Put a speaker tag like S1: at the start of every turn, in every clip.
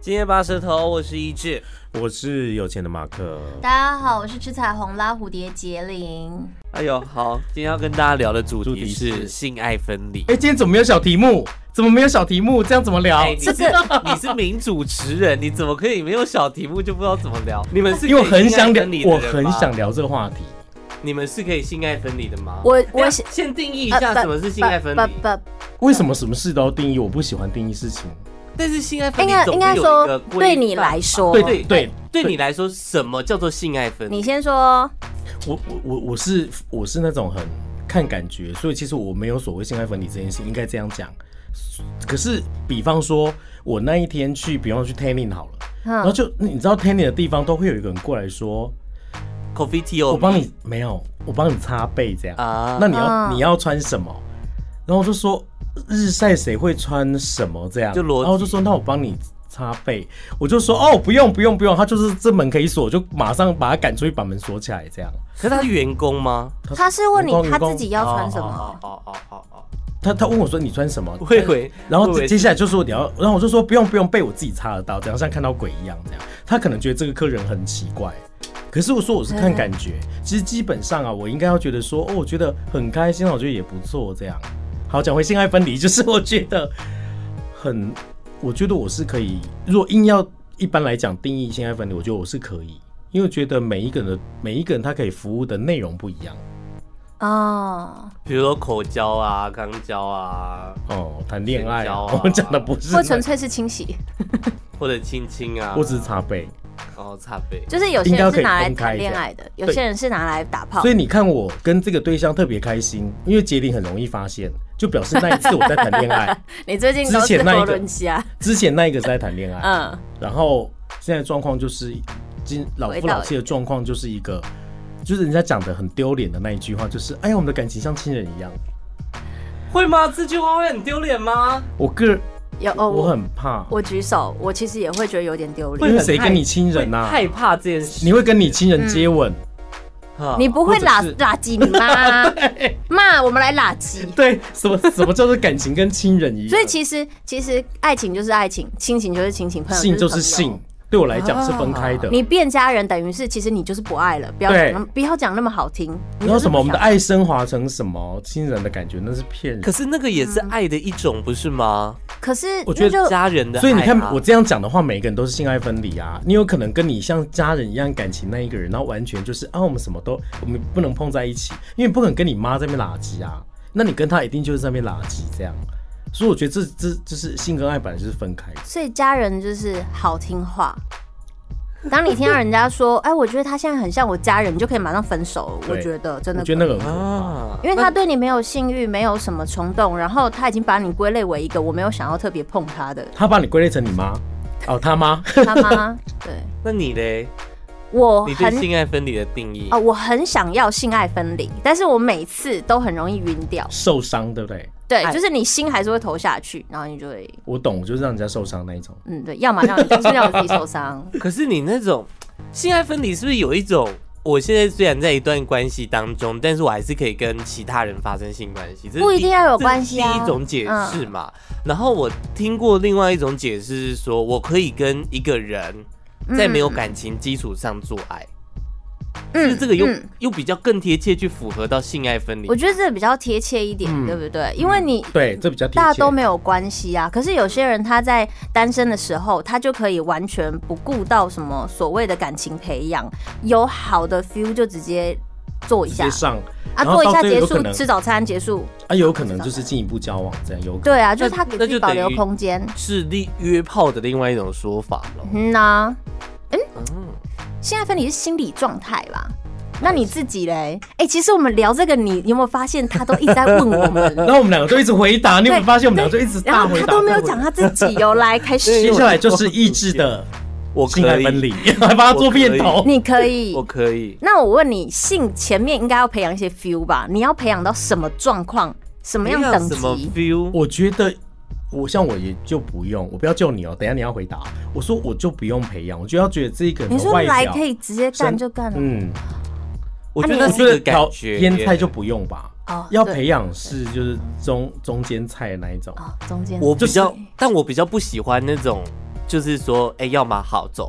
S1: 今天拔舌头，我是一志。
S2: 我是有钱的马克，
S3: 大家好，我是吃彩虹拉蝴蝶杰林。
S1: 哎呦，好，今天要跟大家聊的主
S2: 主
S1: 题
S2: 题
S1: 是
S2: 是
S1: 性爱分离。
S4: 哎、今天怎么没有小题目？怎么没有小题目？这样怎么聊？
S1: 哎，你
S3: 这
S1: 是
S3: 个
S1: 你是名主持人，你怎么可以没有小题目就不知道怎么聊？ 你们是
S4: 因为我
S1: 可以
S4: 很
S1: 性爱
S4: 想聊
S1: 分离，的
S4: 我
S1: 人
S4: 很
S1: 吗
S4: 想，聊这个话题。
S1: 你们是可以性爱分离的吗？
S3: 我
S1: 等
S3: 我
S1: 一下先定义一下什么是性
S3: 呃
S1: 爱分离。
S3: 离？
S4: 为什么什么事都要定义？我不喜欢定义事情。
S1: 但是性爱分
S3: 应
S1: 离
S3: 该
S1: 总会
S3: 应该
S1: 有一
S3: 说
S1: 个，规
S3: 对你
S1: 范
S3: 来说，
S4: 对
S1: 对
S4: 对，
S1: 对你来说，什么叫做性爱分离？
S3: 你先说。
S4: 我我我我是我是那种很看感觉，所以其实我没有所谓性爱分离这件事，应该这样讲。可是，比方说，我那一天去，比方说去 tanning 好了，然后
S3: 嗯，
S4: 就你知道 tanning 的地方都会有一个人过来说，
S1: coffee tea
S4: 我
S1: or
S4: 帮你没有，我帮你擦背这样。
S1: 啊
S4: 那你要
S3: 嗯
S4: 你要穿什么？然后我就说日晒谁会穿什么这样？
S1: 就裸体
S4: 然后我就说那我帮你擦背，我就说哦不用不用不用，他就是这门可以锁，我就马上把他赶出去，把门锁起来这样。
S1: 可是他是员工吗？
S3: 他是问你
S4: 员工
S3: 他自己要穿什
S1: 哦
S3: 么？
S1: 哦哦哦哦
S4: 他他问我说你穿什么
S1: 哦，？我以为，
S4: 然
S1: 我以
S4: 后
S1: 为
S4: 接下来就说你要，然后我就说不用不用，被我自己擦得到，这样像看到鬼一样这样。他可能觉得这个客人很奇怪，可是我说我是看感觉，其实基本上啊，我应该要觉得说哦，我觉得很开心，我觉得也不错这样。好，讲回性爱分离，就是我觉得很，我觉得我是可以，如果硬要一般来讲定义性爱分离，我觉得我是可以，因为我觉得每一个人的每一个人他可以服务的内容不一样。
S3: 哦，
S1: 比如说口交啊、肛交啊，
S4: 哦，谈恋爱、
S1: 社交
S4: 啊，
S1: 啊
S4: 我们讲的不是
S3: 或
S4: 那，
S3: 纯粹是清洗，
S1: 或者亲亲啊，
S4: 我只是擦背。
S1: 然后擦背。
S3: 就是有些
S4: 应该
S3: 人
S4: 可以
S3: 是拿来
S4: 分开
S3: 谈
S4: 一下
S3: 恋爱的，有些人是拿来打炮
S4: 所。以你看我跟这个对象特别开心，因为杰林很容易发现，就表示那一次我在谈恋 爱，
S3: 你最近都
S4: 之
S3: 是
S4: 前那一个
S3: 佛伦西啊？
S4: 之前那一个是在谈恋爱，
S3: 嗯，
S4: 然后现在状况就是，今老夫老妻的状况就是一个，就是人家讲的很丢脸的那一句话，就是哎呀，我们的感情像亲人一样。
S1: 会吗？这句话会很丢脸吗？
S4: 我个
S3: 有哦，
S4: 我
S3: 我
S4: 很啊怕，
S3: 我举手，我其实也会觉得有点丢
S1: 会
S3: 脸。
S4: 因为
S1: 很
S4: 谁
S1: 害
S4: 跟你亲
S1: 会
S4: 人呐、
S1: 害怕这件事。
S4: 啊你会跟你亲人接吻，
S3: 嗯
S1: 啊
S3: 你不会
S4: 或者
S3: 拉
S4: 是
S3: 拉鸡你妈 妈，我们来拉鸡。
S4: 对，什么什么叫做感情跟亲人一样？
S3: 所以其实其实爱情就是爱情，亲情就是亲情，朋友
S4: 性就是
S3: 朋友哦
S4: 性。，对我来讲是分开的。
S3: 你变家人等于是其实你就是不爱了，不要
S4: 对
S3: 讲那么不要讲那么好听。你
S4: 然后
S3: 就是
S4: 什么，
S3: 不
S4: 我们的
S3: 想
S4: 爱升华成什么亲人的感觉，那是骗人的
S1: 可。是那个也是爱的一种，不是吗？
S3: 可是
S4: 我觉得
S3: 嗯那就
S1: 家人的爱啊。
S4: 所以你看，我这样讲的话，每个人都是性爱分离啊。你有可能跟你像家人一样感情那一个人，然后完全就是啊，我们什么都我们不能碰在一起，因为你不可能跟你妈在那边拉鸡啊。那你跟他一定就是在那边拉鸡这样。所以我觉得这这这是性跟爱本来就是分开的。
S3: 所以家人就是好听话。当你听到人家说，哎，我觉得他现在很像我家人，你就可以马上分手了。我
S4: 对
S3: 觉得真的
S4: 我
S3: 可
S4: 觉
S3: 以，
S4: 得那个很可怕。
S1: 啊，
S3: 因为他对你没有性欲，没有什么冲动，然后他已经把你归类为一个我没有想要特别碰他的
S4: 他把你归类成你妈，哦，他妈，
S3: 他妈。对，
S1: 那你嘞？
S3: 我
S1: 你对
S3: 很
S1: 性爱分离的定义
S3: 啊、？我很想要性爱分离，但是我每次都很容易晕掉。
S4: 受伤，对不对？
S3: 对，
S1: 哎
S3: 就是你心还是会投下去，然后你就会，
S4: 我懂，就是让人家受伤那一种。
S3: 嗯，对，要么让你就是让自己受 伤。
S1: 可是你那种性爱分离，是不是有一种？我现在虽然在一段关系当中，但是我还是可以跟其他人发生性关系，这是
S3: 不一
S1: 第
S3: 定要有
S1: 这是
S3: 关系啊嗯
S1: 第一种解释嘛。然后我听过另外一种解释是说，我可以跟一个人在没有感情基础上做爱，就是这个又、
S3: 嗯
S1: 又比较更贴切去符合到性爱分离
S3: 我。觉得这比较贴切一
S4: 嗯
S3: 点，对不对？因为你
S4: 对，这比较贴切。
S3: 大家都没有关系啊。可是有些人他在单身的时候，他就可以完全不顾到什么所谓的感情培养，有好的 feel 就直接做一
S4: 直
S3: 下
S4: 接上
S3: 啊，
S4: 然后
S3: 做一
S4: 到
S3: 下
S4: 最后有
S3: 结
S4: 可
S3: 束，
S4: 能
S3: 吃早餐结束。
S4: 啊，有可能就是进一步交往这样，有可能。
S3: 对啊，就
S1: 那
S3: 是他给
S1: 那
S3: 自己
S1: 就
S3: 保
S1: 等
S3: 留
S1: 于
S3: 空间。
S1: 是另约炮的另外一种说法了。
S3: 嗯呐、
S1: 嗯，
S3: 性爱分离是心理状态吧？那你自己嘞？哎、其实我们聊这个，你有没有发现他都一直在问我们，
S4: 然后我们两个就一直回答，你有没有发现我们两个就一直
S3: 然
S4: 大
S3: 后
S4: 回
S3: 他
S4: 答？
S3: 都没有
S4: 大回答
S3: 讲他自己由来开
S1: 对
S3: 始
S4: 接。下来就是意志的
S1: 我
S4: 性
S1: 可
S4: 爱分
S1: 以，
S4: 离，还帮他做片头。
S3: 你可 以
S1: 我，可以。
S3: 那我问你，性前面应该要培养一些 feel 吧？你要培养到什么状况、什么样
S1: 要
S3: 等
S1: 什么
S3: 级？
S1: feel？
S4: 我觉得我像我也就不用，我不要救你哦。等一下你要回答，我说我就不用培养，我就要觉得这一个人
S3: 你
S4: 的
S3: 说
S4: 外
S3: 来
S4: 表
S3: 可，以直接干就干了、
S4: 嗯，
S1: 我觉
S3: 啊
S1: 得
S3: 你
S1: 那
S4: 我
S1: 是
S4: 觉
S1: 一
S4: 得
S1: 个感
S4: 调
S1: 觉
S4: 腌菜
S1: 耶
S4: 就不用吧。
S3: 哦
S1: 嗯
S4: 要
S3: 对
S4: 培养是就是中中间菜那一种，
S3: 哦，中间
S1: 我
S4: 就
S1: 比
S4: 是
S1: 较，但我比较不喜欢那种就是说，哎、要么好走，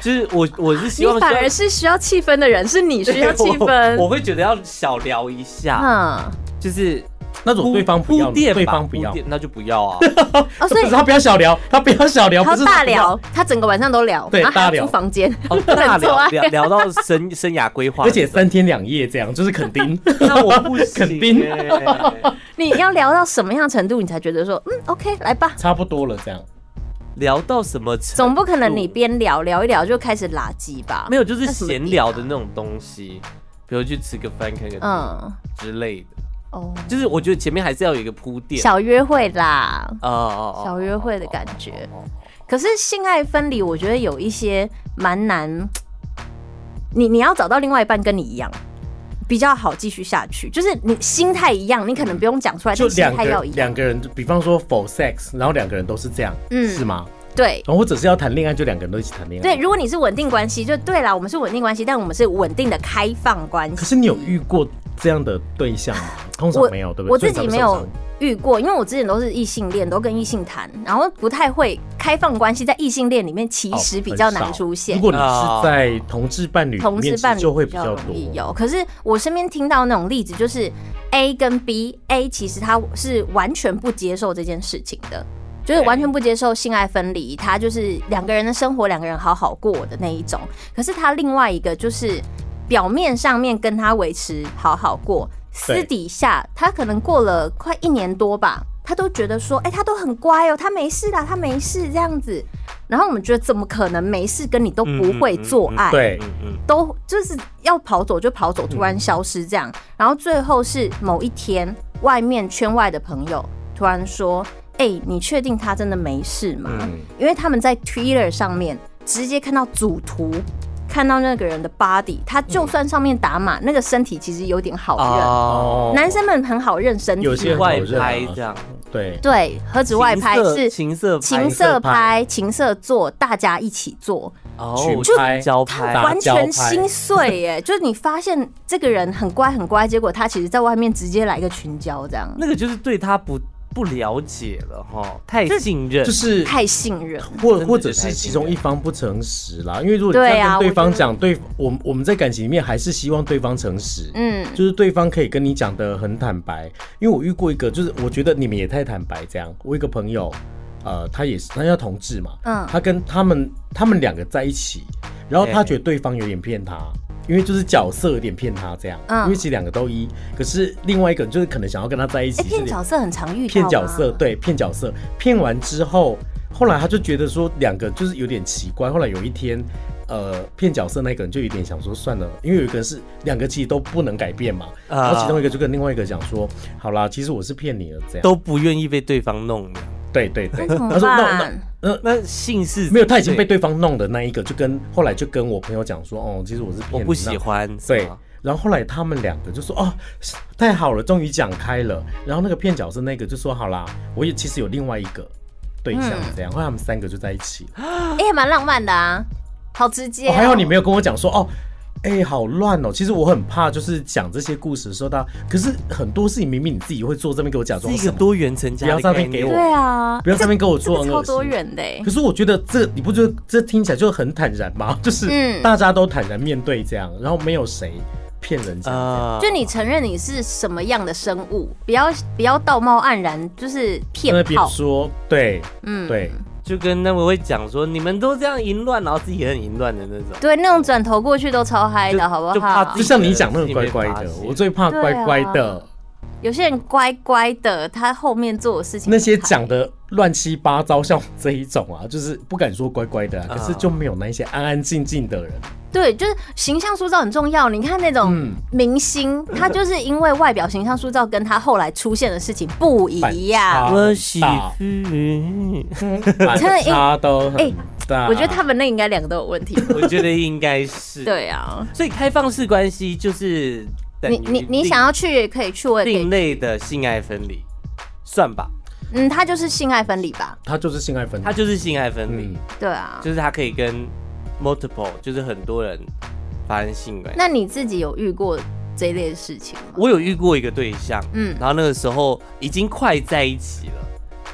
S1: 就是我我是希
S5: 你
S1: 望
S5: 反而
S1: 说
S5: 是需要气氛的人，是你需 要气
S1: 我，我
S5: 氛。
S1: 会觉得要小聊一下，
S3: 嗯，
S1: 就是
S4: 那种
S1: 铺
S4: 对方不要
S1: 铺垫
S4: 的，对
S1: 吧
S4: 方不
S1: 铺
S4: 要，
S1: 垫那就不要啊。
S3: 哦，所
S4: 不是
S3: 以
S4: 他不要小聊，他不要小聊，哦
S3: 他
S4: 不是
S3: 大
S4: 不要
S3: 聊，，他整个晚上都聊，
S4: 对
S3: 然后还要
S4: 大聊
S3: 租房间，
S1: 哦，大
S3: 做
S1: 聊
S3: 爱
S1: 聊聊到生生涯规划，
S4: 而且三天两夜这样，就是肯定
S1: 那我 不行、
S4: 肯定
S1: 欸
S3: 你要聊到什么样程度，你才觉得说，嗯，OK，来吧。
S4: 差不多了这样。
S1: 聊到什么程
S3: 总不可能
S1: 度
S3: 你边聊聊一聊就开始拉鸡吧？
S1: 没有，就是
S3: 那什么
S1: 闲
S3: 地
S1: 聊
S3: 方
S1: 的那种东西，比如去吃个饭、看个嗯
S3: 嗯，
S1: 之类的。
S3: 哦，
S1: 就是我觉得前面还是要有一个铺垫，
S3: 小约会啦，
S1: 哦哦哦
S3: 小约会的感觉。
S4: 哦
S3: 可是性爱分离，我觉得有一些蛮难，你你要找到另外一半跟你一样。比较好继续下去，就是你心态一样，你可能不用讲出来，
S4: 就
S3: 但心
S4: 两
S3: 态
S4: 个
S3: 要一
S4: 人
S3: 样
S4: 两。个人，比方说 for sex，然后两个人都是这样，
S3: 嗯
S4: 是吗？
S3: 对
S4: 然后或者是要谈恋爱，就两个人都一起谈恋爱。
S3: 对，。如果你是稳定关系，就对啦，我们是稳定关系，但我们是稳定的开放关系。
S4: 可是你有遇过这样的对象吗？通常没有，对不对？
S3: 我自己
S4: 所以你才会
S3: 没有
S4: 受伤
S3: 遇过，因为我之前都是异性恋，都跟异性谈，然后不太会开放关系，在异性恋里面其
S4: 哦
S3: 实比较难出现。
S4: 如果你是在同志伴侣里面，
S3: 同志伴侣
S4: 其实就会
S3: 比
S4: 比
S3: 较
S4: 较
S3: 容易
S4: 多。
S3: 有，可是我身边听到那种例子，就是 A 跟 B，A 其实他是完全不接受这件事情的，就是完全不接受性爱分离，他就是两个人的生活，两个人好好过的那一种。可是他另外一个就是表面上面跟他维持好好过，私
S4: 对
S3: 底下他可能过了快一年多吧，他都觉得说，哎、他都很乖哦，他没事啦，他没事这样子。然后我们觉得怎么可能没事跟你都
S4: 嗯
S3: 不会做爱？
S4: 对，
S1: 嗯嗯，
S3: 都就是要跑走就跑走，突然消失这样。然后最后是某一天，外面圈外的朋友突然说：“哎、你确定他真的没事吗？”
S1: 嗯
S4: 嗯
S3: 因为他们在 Twitter 上面直接看到组图。看到那个人的 body，他就算上面打码，那个身体其实有点好认。
S1: 嗯哦，
S4: 哦
S3: 男生们很好认身体，
S4: 有些
S1: 外
S4: 很好认啊
S1: 拍这样，
S4: 对，
S3: 对，何止外拍
S1: 情色
S3: 是
S1: 情色
S3: 情色拍、情色做，大家一起做。
S1: 哦，
S4: 去拍
S1: 交
S3: 他
S1: 拍，
S3: 完
S4: 打
S3: 全
S4: 交拍
S3: 心碎耶！ 就是你发现这个人很乖很乖，结果他其实在外面直接来个群交，这样
S1: 那个就是对他不不了解了哈，太信任，
S4: 就是
S3: 太信任。
S4: 或
S1: 真的
S4: 或者
S1: 是太
S4: 是
S1: 信
S4: 其
S1: 任
S4: 中一方不诚实啦，因为如果你这
S3: 对啊
S4: 样跟
S3: 我
S4: 对方
S3: 觉得
S4: 讲，对我们我们在感情里面还是希望对方诚实，
S3: 嗯，
S4: 就是对方可以跟你讲的很坦白。因为我遇过一个，就是我觉得你们也太坦白，这样。我一个朋友，呃，他也是，他要同志嘛，
S3: 嗯
S4: 他跟他们他们两个在一起，然后
S1: 哎
S4: 他觉得对方有点骗他。因为就是角色有点骗他这样，
S3: 嗯
S4: 因为其实两个都一，可是另外一个就是可能想要跟他在一起
S3: 哎，
S4: 是
S3: 骗
S4: 两
S3: 角色很常遇到，
S4: 骗角色，，对，骗角色，骗完之后，后来他就觉得说两个就是有点奇怪。后来有一天，呃，骗角色那个人就有点想说算了，因为有一个人是两个其实都不能改变嘛，
S1: 啊
S4: 然后其中一个就跟另外一个讲说，好啦，其实我是骗你了，这样。
S1: 都不愿意被对方弄的。
S4: 对 对对，
S3: 那怎么
S4: 他说那那
S3: 办？
S1: 那姓氏
S4: 没有，他已经被对方弄的那一个，就跟后来就跟我朋友讲说，哦，其实我是骗你
S1: 我不
S4: 那
S1: 喜欢，是
S4: 对
S3: 啊
S1: 吗，
S4: 然后后来他们两个就说：“哦，是太好了，终于讲开了。”然后那个骗角色那个就说：“好啦，我也其实有另外一个对象，
S3: 嗯
S4: 这样。后来他们三个就在一起。
S3: 哎，还蛮浪漫的啊，好直接
S4: 哦，
S3: 哦。
S4: 还好你没有跟我讲说哦。哎、好乱哦！其实我很怕，就是讲这些故事的时候，大家可是很多事情明明你自己会做，这边给我假
S1: 是
S4: 装
S1: 一
S4: 什
S1: 个
S4: 么
S1: 多元成家的
S4: 不要上
S1: 概
S4: 面给
S1: 念。
S4: 我
S3: 对啊，
S4: 不要在那边跟我
S3: 这
S4: 做
S3: 个
S4: 很
S3: 超
S4: 恶
S3: 多
S4: 心。
S3: 远的哎
S4: 可。是我觉得这你不觉得这听起来就很坦然吗？ 就是
S3: 嗯
S4: 大家都坦然面对这样，然后没有谁骗人家。
S1: 啊
S3: 就你承认你是什么样的生物，不要不要道貌岸然，就
S4: 在
S3: 是
S4: 那
S3: 骗
S4: 边
S3: 炮。
S4: 说，对
S3: 嗯，
S4: 对，
S1: 就跟那我会讲说，你们都这样淫乱，然后自己也很淫乱的那种。
S3: 对，那种转头过去都超嗨的，
S1: 就
S3: 好不好？
S1: 就怕自己
S4: 就像你讲那种乖乖
S1: 自己没
S4: 的
S1: 发，现
S4: 我最怕乖乖
S3: 啊
S4: 的、
S3: 有些人乖乖的，他后面做的事情
S4: 那些
S3: 很嗨
S4: 讲的乱七八糟，像我这一种啊，就是不敢说乖乖的、啊，
S1: 啊
S4: 可是就没有那些安安静静的人。
S3: 对，就是形象塑造很重要。你看那种
S4: 嗯
S3: 明星，他就是因为外表形象塑造跟他后来出现的事情不一样。
S4: 反
S1: 我喜欢，
S4: 嗯反
S3: 真的因
S4: 差都
S3: 哎
S4: 很大。
S3: 我觉得他们那应该两个都有问题。
S1: 我觉得应该是。
S3: 对啊，
S1: 所以开放式关系就是等于
S3: 你你你
S1: 另
S3: 想要去也可以去，我也可以
S1: 另
S3: 去。
S1: 类的性爱分离，算吧，
S3: 嗯，他就是性爱分离吧？
S4: 他就是性爱分
S1: 它
S4: 离，
S1: 就是性爱分离，
S4: 嗯
S3: 对啊。
S1: 就是它可以跟 multiple，就是很多人发生性关系。
S3: 那你自己有遇过这一类的事情吗？
S1: 我有遇过一个对象，
S3: 嗯
S1: 然后那个时候已经快在一起了，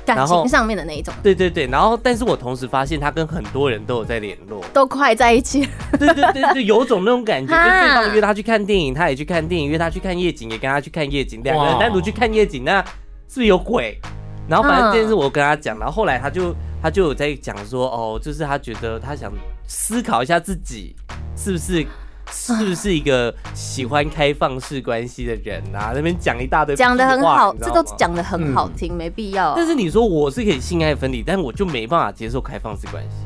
S3: 感
S1: 然后
S3: 情上面的那一种，
S1: 对对对，然后但是我同时发现他跟很多人都有在联络，
S5: 都快在一起了，
S1: 对对对对，有种那种感觉，就
S3: 哈
S1: 是对方约他去看电影，他也去看电影；约他去看夜景，也跟他去看夜景。两个人
S4: 哇
S1: 单独去看夜景，那是不是有鬼？然后反正
S3: 嗯
S1: 这件事我跟他讲，然后后来他就他就有在讲说，哦，就是他觉得他想思考一下自己是不是。是不是一个喜欢开放式关系的人啊？那边讲一大堆屁话，
S3: 讲的很好，
S1: 你知
S3: 这
S1: 道
S3: 都
S1: 吗。嗯
S3: 讲的很好听，没必要啊。
S1: 但是你说我是可以性爱分离，但我就没办法接受开放式关系。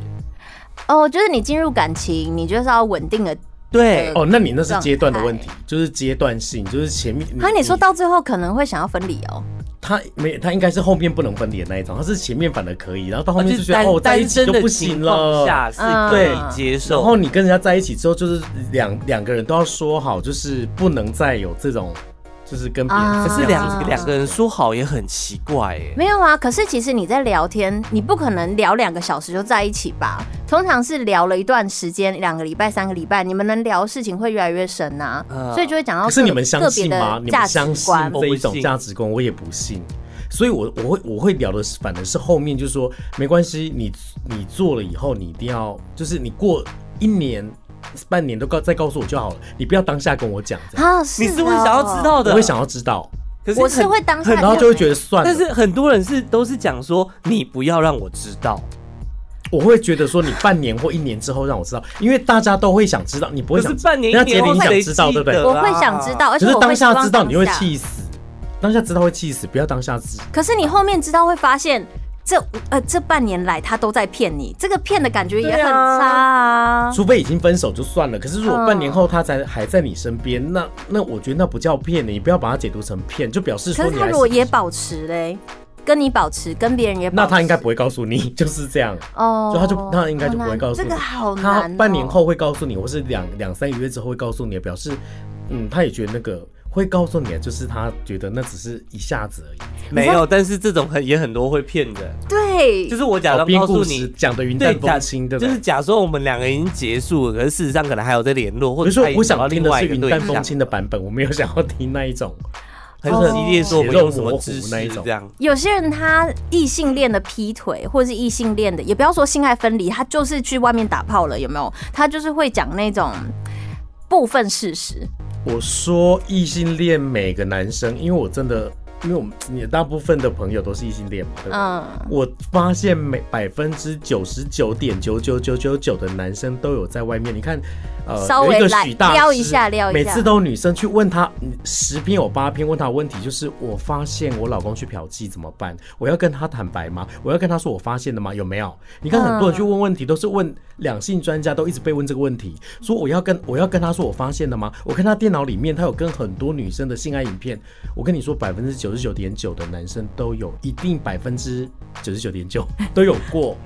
S3: 哦，就是你进入感情，你就是要稳定的。
S1: 对，
S4: 哦，那你那是阶段的问题，就是阶段性，就是前面。
S3: 嗯啊，你说到最后可能会想要分离哦。
S4: 他没，他应该是后面不能分离的那一种，他是前面反而可以，然后到后面
S1: 就
S4: 就是觉得
S1: 单
S4: 哦，在一
S1: 单
S4: 起
S1: 身
S4: 就
S1: 的
S4: 不
S1: 情
S4: 行
S1: 况
S4: 了。
S1: 下是
S3: 嗯
S1: 可以接受，
S4: 然后你跟人家在一起之后，就是两两个人都要说好，就是不能再有这种，就是跟别人
S3: 啊
S1: 可
S4: 这
S1: 是
S4: 样子
S1: 两两个人说好也很奇怪耶。
S3: 没有啊，可是其实你在聊天，你不可能聊两个小时就在一起吧？通常是聊了一段时间，两个礼拜、三个礼拜，你们能聊的事情会越来越深呐、
S1: 嗯
S3: 所以就会讲
S4: 呃
S3: 到
S4: 可
S3: 个
S4: 是你们相
S3: 个哦别
S4: 信吗
S3: 的？
S4: 你
S3: 价
S4: 们
S3: 值
S4: 相信
S3: 观。
S4: 这一种价值观？我也不信。所以我，我会我会聊的是，反而是后面就是说，没关系，你你做了以后，你一定要，就是你过一年、半年都告再告诉我就好了，你不要当下跟我讲，这样
S3: 啊，是
S1: 你是会
S3: 哦
S1: 想要知，道的，
S4: 我会想要知道，
S1: 可是
S3: 我是
S1: 很
S3: 会当下，
S4: 然后就会觉得，算了，
S1: 但是很多人是都是讲说你不要让我知道，
S4: 我会觉得说，你半年或一年之后让我知道，因为大家都会想知道，你不会
S1: 可是
S4: 想，
S1: 半年一
S4: 人家
S1: 年
S4: 杰
S1: 后
S4: 林想
S1: 谁
S4: 知道，
S1: 记
S4: 对不对
S1: 得？
S3: 我会想知道，而且
S4: 可是
S3: 我
S4: 当
S3: 会希望
S4: 下知道你会
S3: 当下
S4: 气死，当下知道会气死，不要当下知。
S3: 可是你后面知道会发现，这呃这半年来他都在骗你，这个骗的感觉也很差啊。
S4: 除非已经分手就算了，可是如果半年后他才还在你身边，那那我觉得那不叫骗你，不要把它解读成骗，就表示说
S3: 可是
S4: 你
S3: 他
S4: 还
S3: 如果
S4: 是
S3: 也保持嘞，跟你保持，跟别人也保持，
S4: 那他应该不会告诉你，就是这样。
S3: 哦，
S4: 就他就他应该就不会告诉
S3: 好
S4: 你，
S3: 难这个好难、
S4: 他
S3: 哦。
S4: 半年后会告诉你，或是两两三个月之后会告诉你，表示嗯，他也觉得那个会告诉你，就是他觉得那只是一下子而已，
S1: 没有，但是这种很也很多会骗的，
S3: 对，
S1: 就是我假
S4: 好
S1: 装
S4: 编
S1: 告诉
S4: 哦故事
S1: 你。
S4: 讲的云
S1: 对，
S4: 淡
S1: 假
S4: 风轻，对不
S1: 就
S4: 对
S1: 是？假说我们两个已经结束了，可是事实上可能还有在联络，或
S4: 比如
S1: 者
S4: 说
S1: 他已，经
S4: 我
S1: 找到
S4: 想
S1: 哎
S4: 听
S1: 另
S4: 的
S1: 外
S4: 是
S1: 一个
S4: 云
S1: 对
S4: 淡风
S1: 象，
S4: 轻的版本，我没有想要听那一种。
S1: 很
S3: 哦
S1: 激烈说我们
S4: 血肉
S1: 用什么
S4: 模糊
S1: 姿势
S4: 那一种
S1: 这样，
S3: 有些人他异性恋的劈腿，或者是异性恋的，也不要说性爱分离，他就是去外面打炮了，有没有？他就是会讲那种部分事实，
S4: 我说异性恋每个男生，因为我真的，因为我们你大部分的朋友都是异性恋嘛，对不对？
S3: 嗯，
S4: 我发现每百分之九十九点九九九九九的男生都有在外面，你看，呃，
S3: 稍微
S4: 有一个
S3: 来
S4: 许大师嗯
S3: 撩一下撩一下
S4: 每次都有女生去问他，嗯十篇有八篇问他问题，就是我发现我老公去嫖妓怎么办？我要跟他坦白吗？我要跟他说我发现的吗？有没有？你看很多人去问问题，都是问两性专家，都一直被问这个问题，说我要跟我要跟他说我发现的吗？我看他电脑里面，他有跟很多女生的性爱影片，我跟你说百分之九十九点九的男生都有，一定百分之九十九点九都有过，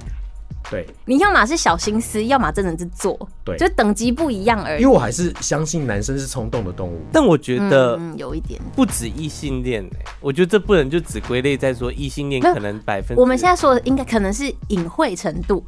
S4: 对。
S3: 你要么是小心思，要么真的是做，
S4: 对
S3: 就等级不一样而已
S4: 因为。我还是相信男生是冲动的动物，
S1: 但我觉得
S3: 嗯，有一点。
S1: 不止异性恋、欸，我觉得这不能就只归类在说异性恋
S3: 没有
S1: 可能百分之。
S3: 我们现在说的应该可能是隐晦程度，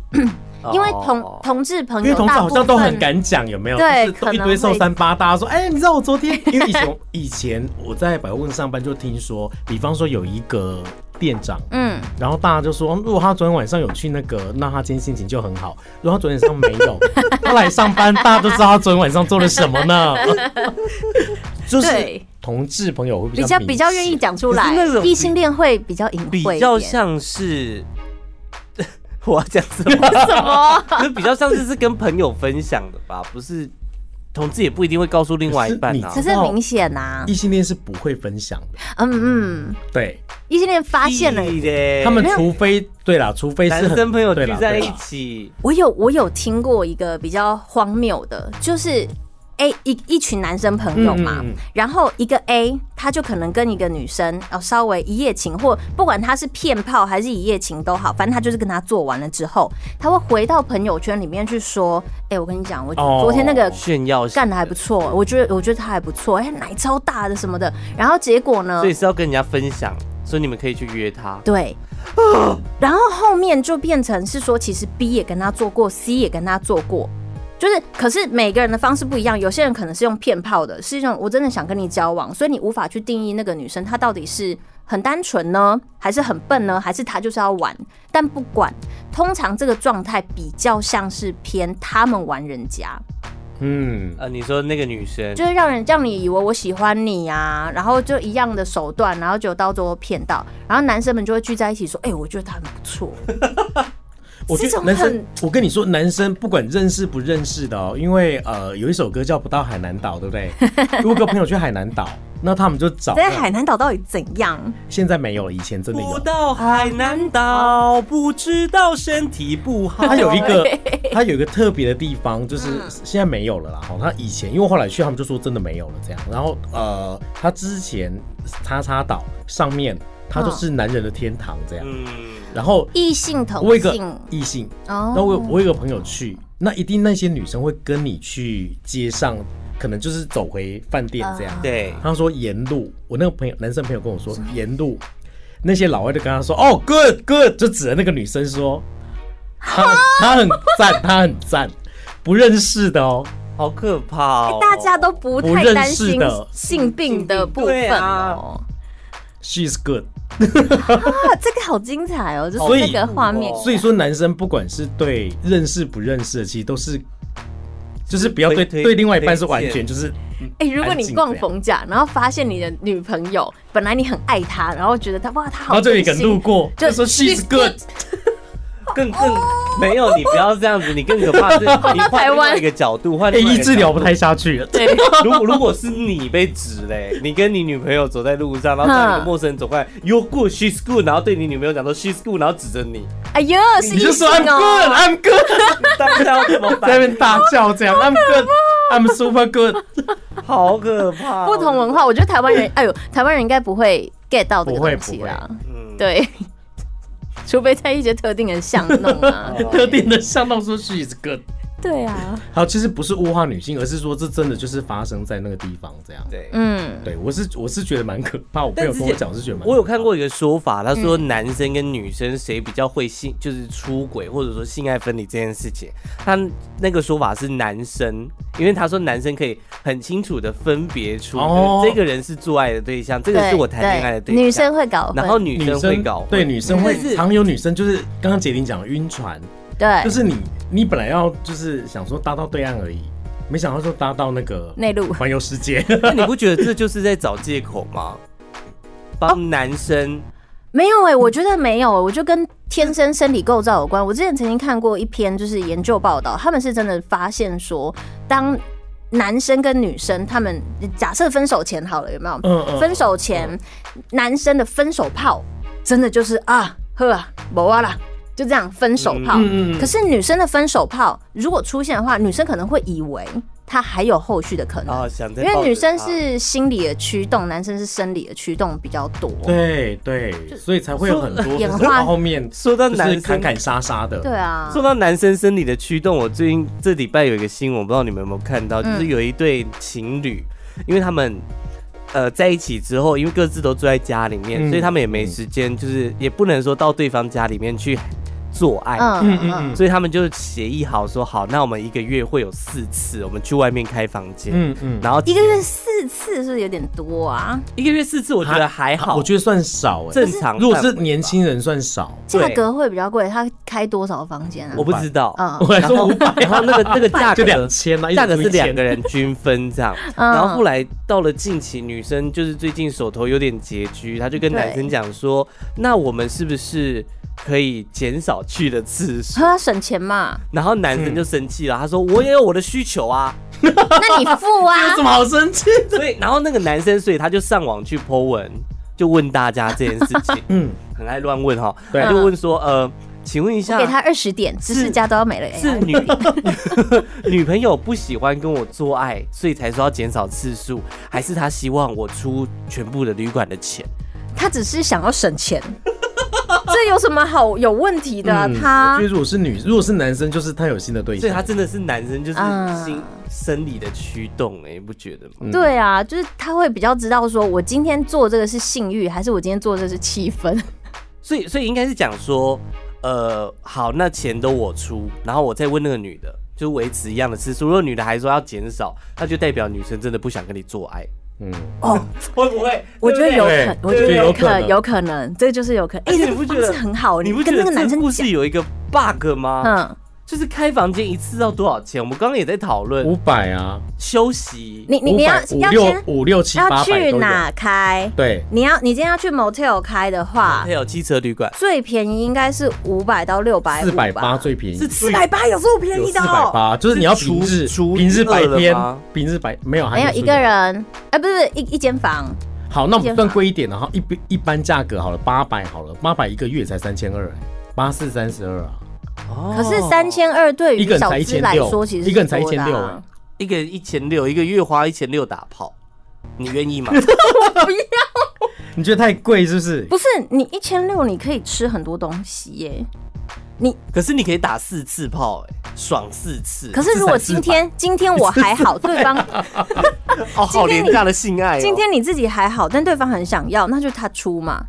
S1: 哦
S3: 因为同、同志朋
S4: 因为
S3: 友
S4: 同志
S3: 大部
S4: 好
S3: 分
S4: 像都很敢讲，有没有？
S3: 对
S4: 就是都
S3: 可
S4: 一
S3: 能
S4: 堆瘦
S3: 会
S4: 三八，大家说，哎、你知道我昨天， 因为以前以前我在百货公司上班就听说，比方说有一个店长，
S3: 嗯，
S4: 然后大家就说，如果他昨天晚上有去那个，那他今天心情就很好；如果他昨天晚上没 有，他来上班，大家都知道他昨天晚上做了什么 呢？就是
S3: 对
S4: 同志朋友会比
S3: 比
S4: 较
S3: 较比较愿意
S4: 明显。
S3: 讲出
S1: 可
S3: 来
S1: 是那种，比
S3: 异性恋会比较隐晦一点，
S1: 比较像 是，我要讲什么？
S5: 什
S3: 哦
S5: 么？
S1: 就比较像是是跟朋友分享的吧，不是同志也不一定会告诉另外一半啊
S4: 可
S3: 可。是很明显
S1: 哦
S3: 呐、
S4: 异性恋是不会分享的，
S3: 嗯嗯，
S4: 对
S3: 异性恋发现了。
S1: 屁嘞
S4: 他们，除非对啦，除非是
S1: 男
S4: 很
S1: 生朋友
S4: 对
S1: 聚
S4: 啦
S1: 在
S4: 对
S1: 一
S4: 啦
S1: 起，
S3: 我有我有听过一个比较荒谬的，就是。A 一一群男生朋友嘛，
S4: 嗯嗯嗯
S3: 然后一个 A 他就可能跟一个女生哦稍微一夜情，或不管他是骗炮还是一夜情都好，反正他就是跟他做完了之后，他会回到朋友圈里面去说，哎、我跟你讲，我
S4: 哦
S3: 昨天那个
S1: 炫耀型
S3: 呃干的还不错，我觉得我觉得他还不错，哎、奶超大的什么的，然后结果呢
S1: 所？以是要跟人家分享，所以你们可以去约他。
S3: 对，然后后面就变成是说，其实 B 也跟他做过，C 也跟他做过，就是，可是每个人的方式不一样，有些人可能是用骗炮的，是一种我真的想跟你交往，所以你无法去定义那个女生她到底是很单纯呢，还是很笨呢，还是她就是要玩。但不管，通常这个状态比较像是偏他们玩人家，
S4: 嗯，
S1: 呃，你说那个女生，
S3: 就是让人让你以为我喜欢你啊，然后就一样的手段，然后就到最后骗到，然后男生们就会聚在一起说：“哎、我觉得他很不错。
S4: 我觉
S3: 这
S4: 得
S3: 种
S4: 男
S3: 很
S4: 生，我跟你说，男生不管认识不认识的哦，因为呃，有一首歌叫《不到海南岛》，对不 对？如果跟朋友去海南岛，那他们就”找呃
S3: 在海南岛到底怎样？
S4: 现在没有了，以前真的
S1: 不
S4: 有。
S1: 到海南岛，不知道身体不好。
S4: 它有一个，它有一个特别的地方，就是
S3: 嗯
S4: 现在没有了啦。好，它以前因为后来去，他们就说真的没有了这样。然后呃，它之前叉叉岛上面，它就是男人的天堂这样。
S1: 嗯，
S4: 然后
S3: 嗯异性同
S4: 我有一
S3: 性
S4: 个异性，
S3: 哦
S4: 那我有我有一个朋友去，那一定那些女生会跟你去街上，可能就是走回饭店这
S3: 嗯
S4: 样。
S1: 对，
S4: 他说沿路，我那个朋友男生朋友跟我说沿路，那些老外就跟他说哦，good good，就指着那个女生说，她她很赞，她很赞，不认识的哦，
S1: 好可怕哦！
S3: 哎大家都不
S4: 不
S3: 太
S4: 认
S3: 担
S4: 识
S3: 心
S4: 的
S3: 性病的部
S1: 对
S3: 分
S1: 啊
S3: 哦。
S4: she's good。
S3: 哇，啊这个好精彩哦！就是
S4: 所以
S3: 那个画面，
S4: 所以说男生不管是对认识不认识的，其实都是。就是不要对
S1: 推推
S4: 对另外一半是
S1: 推荐
S4: 完全就是
S3: 哎、如果
S4: 安
S3: 你
S4: 静
S3: 逛
S4: 这样
S3: 逢甲，然后发现你的女朋友本来你很爱她，然后觉得她哇，她
S4: 然
S3: 好
S4: 后就有
S3: 真
S4: 一个人
S3: 心，
S4: 路过，
S3: 就
S4: 就说
S3: she's
S4: she's good，
S1: 更更没有，你不要这样子，你更可怕 是你换
S3: 哦台
S1: 另
S3: 湾
S1: 外一个角度，换
S4: 哎，
S1: 另外一
S4: 一
S1: 个
S4: 治
S1: 角
S4: 疗
S1: 度
S4: 不太下去了。
S3: 对，
S1: 如果如果是你被指嘞，你跟你女朋友走在路上，然后看到一个陌生人走过来，You good, she's good，然后对你女朋友讲说 She's good，然后指着你，
S3: 哎呦，是
S4: 你就
S3: 异
S4: 说
S3: 性
S4: I'm
S3: 哦，
S4: good，I'm good，
S1: 大家要怎么
S4: 在那
S1: 办？
S4: 边大叫这样，I'm good，I'm super good。
S1: 好可怕、哦
S3: 不同，文化，我觉得台 湾人，哎呦，台湾人应该不会 get 到这个
S4: 不会
S3: 东西
S4: 不会
S3: 啦，
S1: 嗯，
S3: 对， 除非在一些特定的巷弄 啊，
S4: 特定的巷弄说 she's good。
S3: 对啊，
S4: 好，其实不是物化女性，而是说这真的就是发生在那个地方这样。
S1: 对。
S3: 嗯，
S4: 对，我是我是觉得蛮可怕，我朋友
S1: 但之前
S4: 跟我讲是觉得蛮，
S1: 我有看过一个说法，他说男生跟女生谁比较会性，就是出轨或者说性爱分离这件事情。他那个说法是男生，因为他说男生可以很清楚的分别出
S4: 哦
S1: 这个人是做爱的对象，这
S3: 这
S1: 个是我谈恋爱的对象，
S3: 女生会搞混，
S1: 然后女
S4: 女
S1: 生会搞混，
S4: 对女生
S1: 但
S4: 会
S1: 是
S4: 常有女生就是刚刚杰林讲的晕船，
S3: 对
S4: 就是你你本来要就是想说搭到对岸而已，没想到说搭到那个
S3: 内陆
S4: 环游世 界。
S1: 那你不觉得这就是在找借口吗？帮男生，
S3: 没有哎、我觉得没有，我就跟天生生理构造有关。我之前曾经看过一篇就是研究报道，他们是真的发现说，当男生跟女生他们假设分手前好了，有没有？
S4: 嗯嗯，
S3: 分手前，男生的分手炮真的就是啊呵啊，没啊啦，就这样分手炮。
S4: 嗯嗯
S3: 可是女生的分手炮如果出现的话，女生可能会以为他还有后续的可能，
S1: 啊，想在
S3: 哦因为
S1: 抱着
S3: 女生
S1: 他
S3: 是心理的驱动，男生是生理的驱动比较多。
S4: 对对，所以才会有很多
S3: 演
S4: 就是
S3: 化
S4: 后面
S1: 说到
S4: 就
S1: 男
S4: 是
S1: 生
S4: 砍砍杀杀的。
S3: 对啊，
S1: 说到男生生理的驱动，我最近这礼拜有一个新闻，我不知道你们有没有看到，
S3: 嗯
S1: 就是有一对情侣，因为他们呃在一起之后，因为各自都住在家里面，
S4: 嗯
S1: 所以他们也没时
S3: 嗯
S1: 间，就是也不能说到对方家里面去做爱。
S3: 嗯嗯嗯
S4: 嗯
S1: 所以他们就协议好说好，那我们一个月会有四次，我们去外面开房间，
S4: 嗯嗯，
S1: 然后
S3: 一个月四次是不是有点多啊？
S1: 一个月四次，我觉得还好，
S4: 我觉得算少哎、
S1: 正常。
S4: 如果是年，轻人算少，
S3: 价格会比较贵，他开多少房间啊？
S1: 我不知道。
S3: 嗯
S4: 我还说五百，
S1: 然后那个那个价
S4: 就
S1: 格
S4: 两千啦，一直
S1: 价格是
S4: 出一千。
S1: 两个。人均分这样，
S3: 嗯
S1: 然后后来到了近期，女生就是最近手头有点拮据，她就跟男生讲说，那我们是不是可以减少去的次数？
S3: 他要省钱嘛，
S1: 然后男生就生气了，他说我也有我的需求啊，
S3: 那你付 啊
S4: 有什么好生气？
S1: 所以然后那个男生，所以他就上网去 po 文，就问大家这件事情，
S4: 嗯，
S1: 很爱乱问哈，
S4: 对
S1: 他就问说，呃，请问一下，
S3: 我给他二十点，知识家都要没了。
S1: 是女 女朋友不喜欢跟我做爱，所以才说要减少次数，还是她希望我出全部的旅馆的钱？
S3: 他只是想要省钱，这有什么好有问题的啊？
S4: 嗯我
S3: 他
S4: 觉得如果是女，如果是男生，就是他有新的对
S1: 所以她
S4: 象。
S1: 真的是男生，就是
S3: 啊
S1: 心、生理的驱动、哎，你不觉得吗？
S3: 对啊，就是他会比较知道说，我今天做这个是性欲，还是我今天做这是气氛？
S1: 所以，所以应该是讲说，呃，好，那钱都我出，然后我再问那个女的，就维持一样的次数。如果女的还说要减少，那就代表女生真的不想跟你做爱，
S2: 嗯，
S3: 哦，
S1: 会不会？
S3: 我觉得有
S4: 对
S3: 可，我觉得
S4: 对
S3: 有
S4: 有
S3: 可
S4: 可
S3: 能，
S4: 能
S3: 有可能，这就是有可能。
S1: 而
S3: 哎，
S1: 且
S3: 这
S1: 你不觉
S3: 个方
S1: 得
S3: 式很好，
S1: 你不觉
S3: 跟
S1: 得
S3: 那个男
S1: 这
S3: 生
S1: 故
S3: 讲
S1: 事，有一个 bug 吗？
S3: 嗯，
S1: 就是开房间一次要多少钱？我们刚刚也在讨论
S4: 哦
S2: 五百啊，
S1: 休息，
S3: 你你你要
S4: 五
S3: 要
S4: 六
S3: 先
S4: 五六七八
S3: 要
S4: 百
S3: 去
S4: 都有。
S3: 哪开？
S2: 对，
S3: 你要你今天要去 motel 开的话
S1: 还，有汽车旅馆
S3: 最便宜应该是五百到六百
S2: 四百八
S3: 吧？
S2: 最便宜，
S1: 是
S3: 四百八有这么便宜
S2: 四
S3: 的
S2: 百
S3: 哦？
S2: 八，就是你要平
S1: 是
S2: 日
S1: 除除
S4: 平日
S1: 以二
S4: 白
S1: 了
S4: 天
S1: 吗，
S4: 平日白没有，还
S3: 没有
S4: 数
S3: 一个
S4: 的。
S3: 人，哎，不是一一间房，
S4: 好，那我
S3: 一间
S4: 们算
S3: 房
S4: 贵一点，然后一般一般价格好了，八百好了，八百一个月才三千二，八四三十二啊，
S1: 哦
S3: 可是三千二对
S4: 一个
S3: 于
S4: 人
S3: 小
S4: 才
S3: 资
S4: 1600
S3: 来说，其实是
S4: 一个人才
S3: 多的啊
S4: 1600哎
S1: 一个人一千六，一个月花一千六打炮，你愿 意吗？
S4: 你觉得太贵是不是？
S3: 不是你一千六，你可以吃很多东西耶。
S1: 可是你可以打四次炮、哎，爽四次。
S3: 可是如果今天今天我还好，对方
S1: 哦，好
S3: 今天
S1: 廉
S3: 你
S1: 价的性爱、哦。
S3: 今天你自己还好，但对方很想要，那就他出嘛。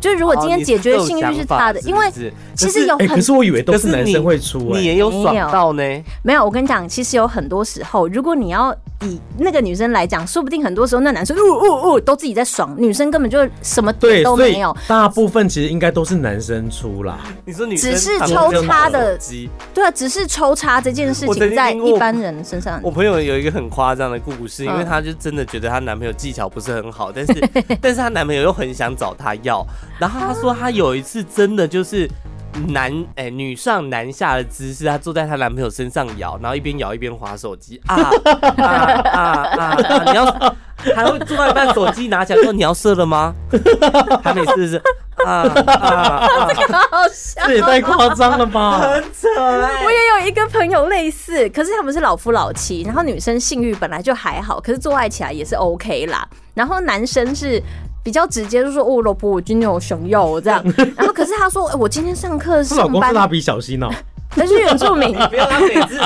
S3: 就是如果今
S1: 哦
S3: 天解决的性欲是他的，因为其实有
S4: 哎、可
S3: 很
S4: 是我以为都
S1: 可
S4: 是男
S1: 你
S4: 生会出、
S1: 你
S4: 哎，
S1: 也有爽到呢。
S3: 没有，我跟你讲，其实有很多时候，如果你要以那个女生来讲，说不定很多时候那男生呜呜呜都自己在爽，女生根本就什么
S4: 对，
S3: 点都
S4: 所以
S3: 没有。
S4: 大部分其实应该都是男生出啦。
S1: 你说女生
S3: 只是
S1: 躺着
S3: 抽
S1: 就
S3: 插
S1: 拿手
S3: 的
S1: 机
S3: 对啊，只是抽插这件事
S1: 我曾
S3: 情
S1: 经
S3: 在
S1: 听过
S3: 一般人身上
S1: 我朋友有一个很夸张的故事，因为
S3: 嗯
S1: 她就真的觉得她男朋友技巧不是很好，但是 但是她男朋友又很想找她要，然后她说她有一次真的就是男哎、女上男下的姿势，她坐在她男朋友身上摇，然后一边摇一边划手机啊啊啊啊啊！你要还会坐到一半手机拿起来说你要射了吗？还没试试啊啊啊！
S3: 好笑。
S4: 这也太夸张了吧！
S1: 很扯哎、
S3: 我也有一个朋友类似，可是他们是老夫老妻，然后女生性欲本来就还好，可是做爱起啊来也是 OK 啦。然后男生是比较直接，就说：“哦，老婆，我今天有想要我这样。”然后可是他说哎：“我今天上课
S4: 她老
S3: 上
S4: 公是
S3: 班，
S4: 蜡笔小新哦、
S3: 但是原住民
S1: 不要他每次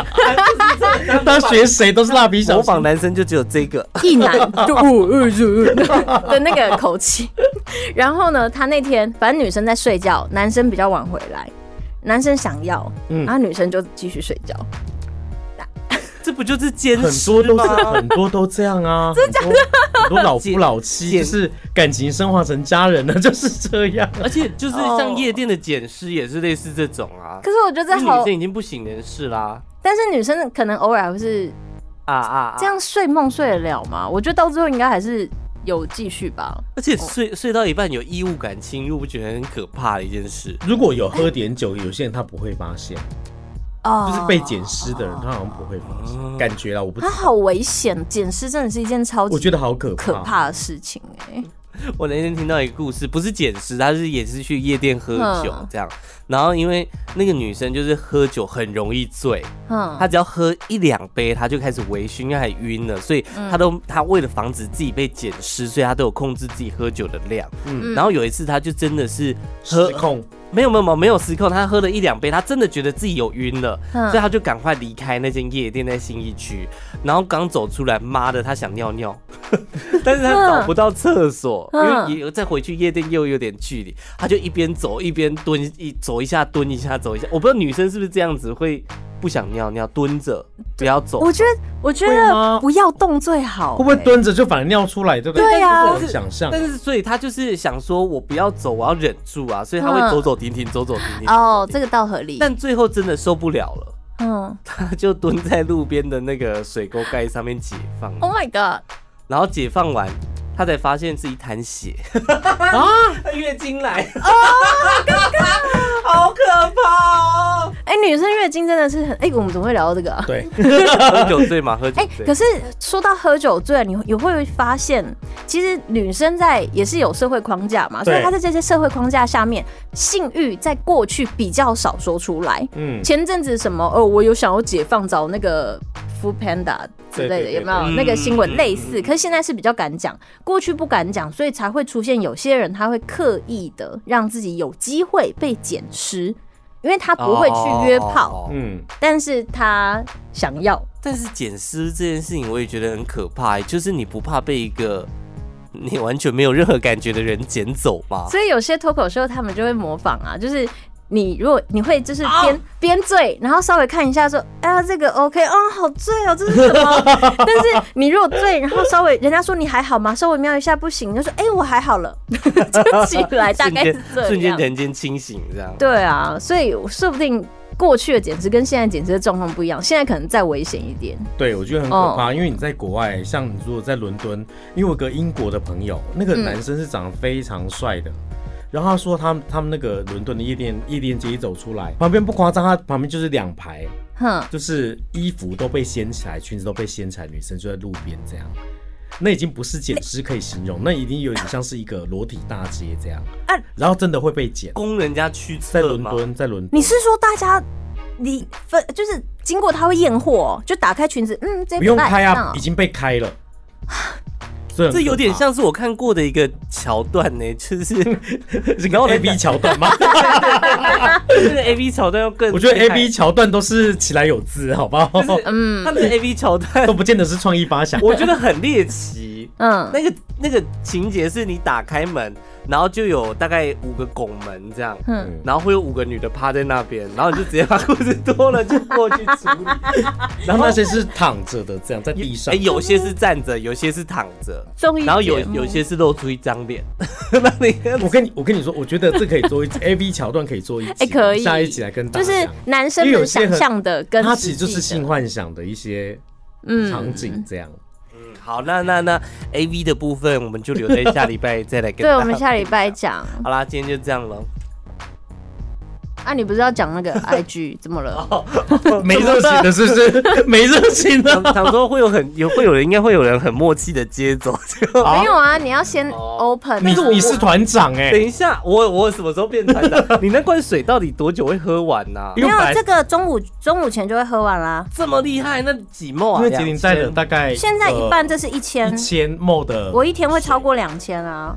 S4: 他学谁都是蜡笔小
S1: 模
S4: 新
S1: 仿。男生就只有这个，
S3: 一男就呜呜呜呜 的那个口气。”然后呢，他那天反正女生在睡觉，男生比较晚回来，男生想要，
S4: 嗯
S3: 然后女生就继续睡觉。
S1: 这不就是奸
S4: 很
S1: 尸
S4: 多都
S1: 吗？
S4: 是很多都这样啊，真的假的？很多老夫老妻
S1: 剪
S4: 就是感情升华成家人了，就是这样。
S1: 而且就是像夜店的捡尸也是类似这种啊，
S3: 哦可是我觉得
S1: 这
S3: 这
S1: 女
S3: 好
S1: 生，已经不省人事啦。
S3: 但是女生可能偶尔还会是
S1: 啊啊！啊
S3: 这，样睡梦睡得了吗？我觉得到最后应该还是有继续吧。
S1: 而且睡睡到一半有异物感侵入，不觉得很可怕的一件事？
S4: 如果有喝点酒，有些人他不会发现，
S3: 哦
S4: 就是被捡尸的人，他好像不会发现，感觉啦，我不知
S3: 它
S4: 道，
S3: 好危险，捡尸真的是一件超级
S4: 我觉得好啊可怕，
S3: 可怕的事情哎、
S1: 我那天听到一个故事，不是捡尸，他是也是去夜店喝酒
S3: 嗯
S1: 这样，然后因为那个女生就是喝酒很容易醉，她
S3: 嗯，
S1: 只要喝一两杯，她就开始微醺，因为还晕了，所以
S3: 嗯
S1: 她都她为了防止自己被捡尸，所以她都有控制自己喝酒的量。嗯，
S4: 嗯
S1: 然后有一次她就真的是喝
S4: 失控。
S1: 没有没有没有没有失控，他喝了一两杯，他真的觉得自己有晕了，
S3: 嗯
S1: 所以他就赶快离开那间夜店，在新一区。然后刚走出来，妈的，他想尿尿，但是他找不到厕所，
S3: 嗯
S1: 因为也再回去夜店又有点距离，他就一边走一边蹲一走一下蹲一下走一下。我不知道女生是不是这样子会不想尿尿，蹲着不要走。
S3: 我觉得我觉
S4: 会吗
S3: 得不要动最好、
S4: 会不会？蹲着就反而尿出来，对不对？
S3: 对啊
S4: 这是我的想象
S1: 但。是，所以他就是想说，我不要走，我要忍住啊，所以他会
S3: 嗯
S1: 走走停停，走走停停。
S3: 哦，这个倒合理。
S1: 但最后真的受不了了。
S3: 嗯
S1: 他就蹲在路边的那个水沟盖上面解放，
S3: ，Oh my god，
S1: 然后解放完，他才发现是一滩 血啊，月经来，好可怕哦！
S3: 哎、女生月经真的是很哎、我们怎么会聊到这个、啊？
S4: 对，
S1: 喝酒醉嘛，喝酒
S3: 哎、
S1: 醉，
S3: 可是说到喝酒醉，你也会发现，其实女生在也是有社会框架嘛，所以
S4: 对
S3: 她在这些社会框架下面，性欲在过去比较少说出来。
S4: 嗯，
S3: 前阵子什么哦，我有想要解放找那个 Food Panda
S4: 对
S3: 之类的，
S4: 对对
S3: 有没有
S1: 对
S3: 那个新闻
S1: 嗯
S3: 类似？可是现在是比较敢讲，过去不敢讲，所以才会出现有些人他会刻意的让自己有机会被捡尸，因为他不会去约炮，
S1: 哦
S4: 嗯，
S3: 但是他想要。
S1: 但是捡尸这件事情，我也觉得很可怕，欸就是你不怕被一个你完全没有任何感觉的人捡走吗？
S3: 所以有些脱口秀他们就会模仿啊，就是你如果你会就是
S1: 哦
S3: 边边、醉，然后稍微看一下说，哎呀这个 OK，哦好醉哦，这是什 么？但是你如果醉，然后稍微人家说你还好吗？稍微瞄一下不行，你就说哎、我还好了， 就起来大
S1: 瞬
S3: 概是
S1: 间
S3: 这
S1: 瞬间
S3: 样。
S1: 人间清醒这样。
S3: 对啊，所以说不定过去的减脂跟现在减脂的状况不一样，现在可能再危险一点。
S4: 对，我觉得很可怕，因为你在国外，像你如果在伦敦，因为我有个英国的朋友，那个男生是长得非常帅的。然后他说他们他们那个伦敦的夜店夜店街一走出来，旁边不夸张，他旁边就是两排，
S3: 哼，
S4: 就是衣服都被掀起来，裙子都被掀起来，女生就在路边这样。那已经不是简直可以形容，那已经有点像是一个裸体大街这样。
S3: 啊
S4: 然后真的会被剪，
S1: 供人家驱
S4: 在
S1: 策
S4: 伦
S1: 嘛，
S4: 敦，在伦敦，
S3: 你是说大家你分就是经过他会验货、哦就打开裙子，嗯，这
S4: 不用
S3: 赖
S4: 开
S3: 这样
S4: 啊
S3: 哦，
S4: 已经被开了。这 很
S1: 这有
S4: 可
S1: 点
S4: 怕
S1: 像是我看过的一个桥段呢、就是
S4: 是个 A B 桥段吗？
S1: 那个 A V 桥段要更，
S4: 我觉得 A B 桥段都是起来有字，好不好？
S1: 嗯，他们的 A V 桥段
S4: 都不见得是创意发 想。
S1: 我觉得很猎奇。
S3: 嗯，
S1: 那个那个情节是你打开门，然后就有大概五个拱门这样，
S3: 嗯啊
S1: 然后会有五个女的趴在那边，然后你就直接把裤子脱了就过去处理。
S4: 然后那些是躺着的，这样在地上
S1: 哎、。有些是站着，有些是躺着，
S5: 综艺
S1: 然后有
S5: 节目
S1: 有些是露出一张脸， 那你
S4: 我跟你我跟你说，我觉得这可以做一 A B 桥段可以做一集，
S3: 哎可以
S4: 下一集来跟大
S3: 就
S4: 家
S3: 是
S4: 讲。
S3: 男生
S4: 因为
S3: 们
S4: 有些
S3: 想
S4: 很
S3: 象的跟
S4: 它其实就
S3: 实
S4: 是
S3: 际的嗯
S4: 性幻想的一些场景这样。
S1: 好，那那那 A V 的部分我们就留在下礼拜再来跟。
S3: 对，我们下礼拜讲。
S1: 好啦，今天就这样了。
S3: 啊，你不是要讲 那个 IG 怎么了？
S4: 哦没热情的是不是？没热情的。
S1: 想想说会有很有会有人应该会有人很默契的接走。这个
S3: 没有啊，你要先
S1: 哦
S3: open。啊
S4: 你你是团长哎
S1: 等，一下，我我什么时候变团长？ 你那罐水到底多久会喝完啊呐、
S4: 因为
S3: 没有
S4: 本来
S3: 这个中午中午前就会喝完啦。
S1: 这么厉害，那几沫啊？
S4: 因为杰林带了
S1: 2000
S4: 大概呃
S3: 现在一半这是一千
S4: 一，千 m 的，
S3: 我一天会超过两千啊。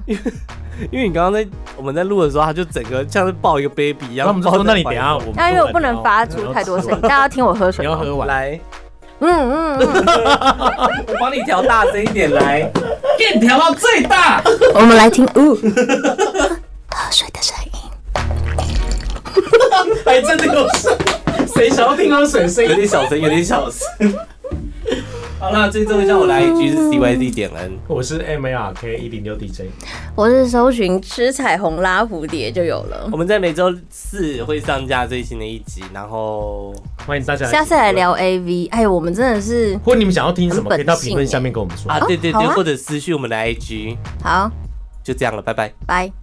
S1: 因为你刚刚在我们在录的时候，他就整个像是抱一个 baby 一样。
S4: 然后我们就说
S1: 抱在
S4: 那你等一下
S1: 怀里
S4: 我们
S3: 那因为我不能发
S4: 你
S3: 出
S4: 要
S3: 太多声音，
S4: 吃
S3: 大家要听我喝
S4: 你
S3: 水
S4: 要
S3: 吗。
S4: 喝完。
S1: 来，
S3: 嗯 嗯嗯，
S1: 我帮你调大声一点，来，给你调到最大。
S3: 我们来听 呜喝水的声音。
S4: 还哎真的有声，谁想要听到水声
S1: 有？点小声，有点小声。 好啦，最终让我来一句是 CYD 点 N。
S4: 我是 M A R K 一零六 D J。
S3: 我是搜寻吃彩虹拉蝴蝶就有了。
S1: 我们在每周四会上架最新的一集，然后
S4: 欢迎大家。
S3: 下次来，聊 AV，哎呦，我们真的是
S4: 或你们想要听什么，
S3: 很本
S4: 可
S3: 欸
S4: 以到评论下面跟我们说。
S1: 啊，对对
S3: 好
S1: 对，
S3: 啊
S1: 或者私讯我们的 IG，
S3: 好，
S1: 就这样了，拜拜。
S3: 拜。